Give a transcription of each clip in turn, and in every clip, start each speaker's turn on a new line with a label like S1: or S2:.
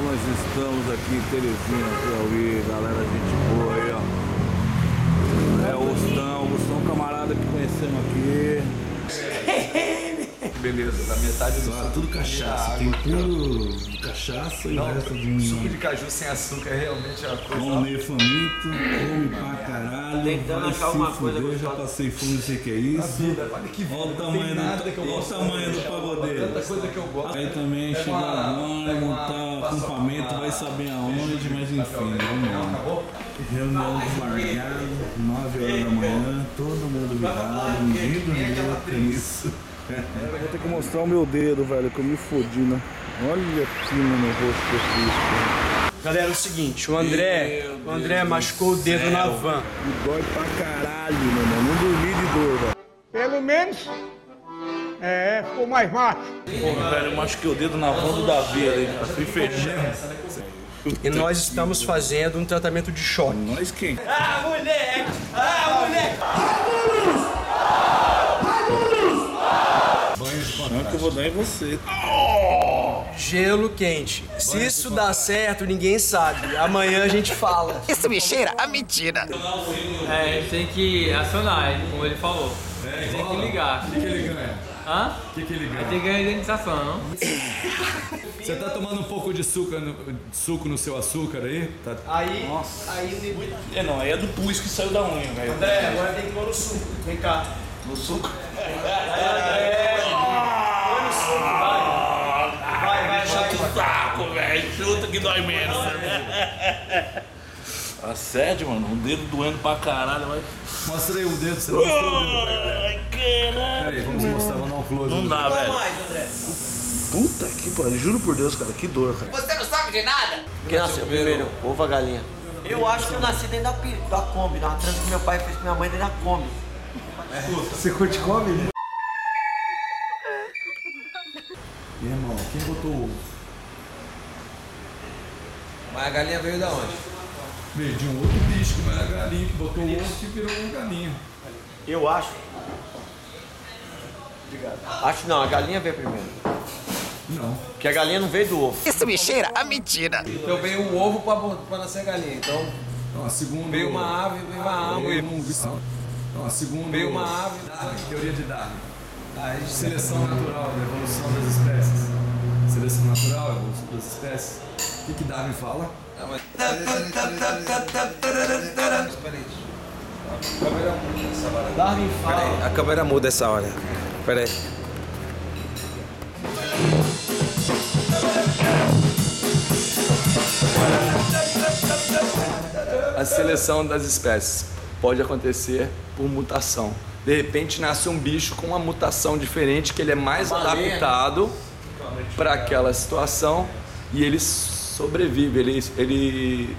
S1: Estamos aqui em Teresina, Piauí, galera, gente boa aí, ó. É o Gustão, o Gustão camarada que conhecemos aqui. Beleza, da metade do
S2: Lá,
S1: suco
S2: Tá tudo
S1: de
S2: cachaça,
S1: água.
S2: tem puro cachaça e o
S3: Não,
S2: resto de um
S3: suco de caju sem açúcar é realmente uma
S2: pão
S3: coisa.
S2: meio faminto, come pra caralho,
S4: Tentando
S2: vai
S4: achar
S2: se
S4: uma coisa
S2: fuder, já
S4: gostosa.
S2: passei fome, sei que é isso.
S1: Tá
S3: Olha que
S2: Olha o
S3: vida, não
S2: tamanho
S3: tem
S2: do-
S3: nada que eu
S2: olha o
S3: gosto.
S2: tamanho do pagodeiro.
S3: Tanta coisa que eu gosto.
S2: Aí também
S3: Pega
S2: chega
S3: uma-
S2: agora,
S3: pega uma-
S2: montar
S3: passa
S2: acampamento,
S3: uma-
S2: tá vai saber aonde, mas enfim, vamos
S3: Não,
S2: lá.
S3: acabou?
S2: Reunião desmarcada, 9 horas da manhã, todo mundo virado, ungido, né? É isso.
S1: Eu Vou ter que mostrar o meu dedo, velho, que eu me fodi, né? Olha aqui no rosto que eu fiz,
S4: Galera, é o seguinte, o André, o André machucou o dedo na van.
S1: cara. Me dói pra caralho, meu irmão. Não dormi de dor, velho.
S5: Pelo menos, é, ficou mais macho.
S1: Porra, velho, eu machuquei o dedo na mão do Davi ali. Fui fechando.
S4: E nós estamos fazendo um tratamento de choque.
S1: Nós quem? Não que eu vou dar em você.
S4: Gelo quente. Se isso dá certo, ninguém sabe. Amanhã a gente fala.
S6: Isso me cheira a mentira.
S7: É, a gente tem que acionar, ele- como ele falou. tem que ligar.
S2: O que é. ele ganha?
S7: Hã?
S2: O que, que ele ganha?
S7: Tem que ganhar indenização, não?
S2: Você tá tomando um pouco de suco no, de suco no seu açúcar aí? Tá
S3: Ah,
S4: Aí,
S1: É não, aí é do pus que saiu da unha, velho.
S4: André, agora tem que pôr no suco. Vem cá.
S1: No suco.
S4: Vai, vai, vai.
S1: Saco, velho. Chuta que dói menos. Assédio, mano. Um dedo doendo pra caralho, mas.
S2: Mostra aí o dedo, você não mostrou o dedo pra galera. Peraí, vamos mostrar, vamos dar um close.
S1: Não
S2: no
S4: Ah,
S1: dá, velho. Puta que pariu. Juro por Deus, cara. Que dor, cara.
S6: Você não sabe de nada?
S4: Quem nasceu primeiro? Ovo a galinha?
S8: Eu acho que eu nasci dentro da, pi- da Kombi, na trança que meu pai fez com minha mãe dentro da Kombi.
S2: dedo. Irmão, quem botou o ovo?
S4: Mas a galinha veio da onde?
S2: Veio de um outro bicho, que era galinha, que botou o ovo que virou
S3: um
S2: uma galinha.
S8: Eu acho.
S4: Acho não, a galinha veio primeiro.
S2: Não.
S4: Porque a galinha não veio do ovo.
S6: Isso me cheira a mentira.
S4: Então veio o ovo pra, bo- pra nascer a galinha. Então
S2: Não, a segunda...
S4: veio uma ave, veio uma alma.
S2: Veio um... Não, a segunda... é
S4: Veio uma ave.
S2: Darwin, teoria de Darwin.
S3: Tá,
S2: A seleção natural,
S3: né?
S2: da evolução das espécies. Seleção natural, evolução das espécies. O que, que Darwin fala?
S4: Darwin fala.
S8: A câmera muda essa hora. Pera aí.
S3: A seleção das espécies pode acontecer por mutação. De repente nasce um bicho com uma mutação diferente que ele é mais adaptado para aquela situação e ele sobrevive, ele ele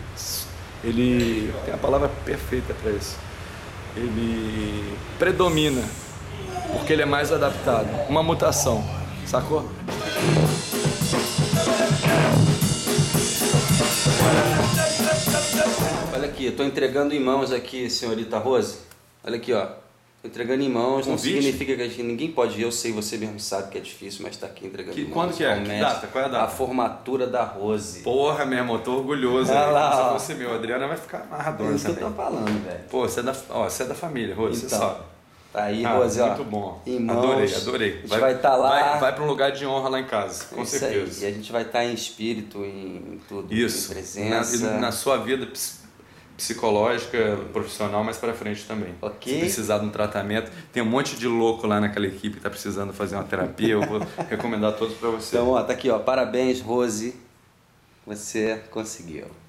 S3: ele tem a palavra perfeita para isso. Ele predomina porque ele é mais adaptado. Uma mutação, sacou?
S9: Olha aqui, eu tô entregando em mãos aqui, senhorita Rose. Olha aqui, ó. Tô entregando em mãos, não
S3: Convite?
S9: significa que a gente, ninguém pode ir, eu sei, você mesmo sabe que é difícil, mas tá aqui entregando
S3: Que-
S9: em mãos.
S3: quando que é? Que
S9: Promete
S3: data? Qual é a data?
S9: formatura da Rose.
S3: Porra, meu irmão, tô orgulhoso.
S9: Ah
S3: né?
S9: lá,
S3: Se
S9: ó.
S3: fosse meu, a Adriana vai ficar
S9: é
S3: amarradona
S9: isso que eu
S3: também.
S9: tô falando, velho.
S3: Pô, você é da, ó, você é da família, Rô, você
S9: Então.
S3: sabe.
S9: Tá aí,
S3: Ah,
S9: Rose, ó.
S3: muito bom.
S9: Em mãos.
S3: Adorei, adorei.
S9: A gente vai estar lá. É
S3: Vai, vai pra um lugar de honra lá em casa, com
S9: Isso aí,
S3: certeza.
S9: E a gente vai estar em espírito, em, em tudo.
S3: Isso.
S9: Em presença.
S3: Na, e na sua vida ps- psicológica, profissional, mais pra frente também.
S9: Ok.
S3: Se precisar de um tratamento, tem um monte de louco lá naquela equipe que tá precisando fazer uma terapia. Eu vou recomendar todos pra você.
S9: Então, ó, tá aqui, ó. Parabéns, Rose. Você conseguiu.